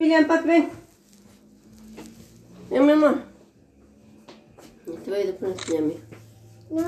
Guilherme, papo bem. É mesmo. Muito bem, depois, Guilherme.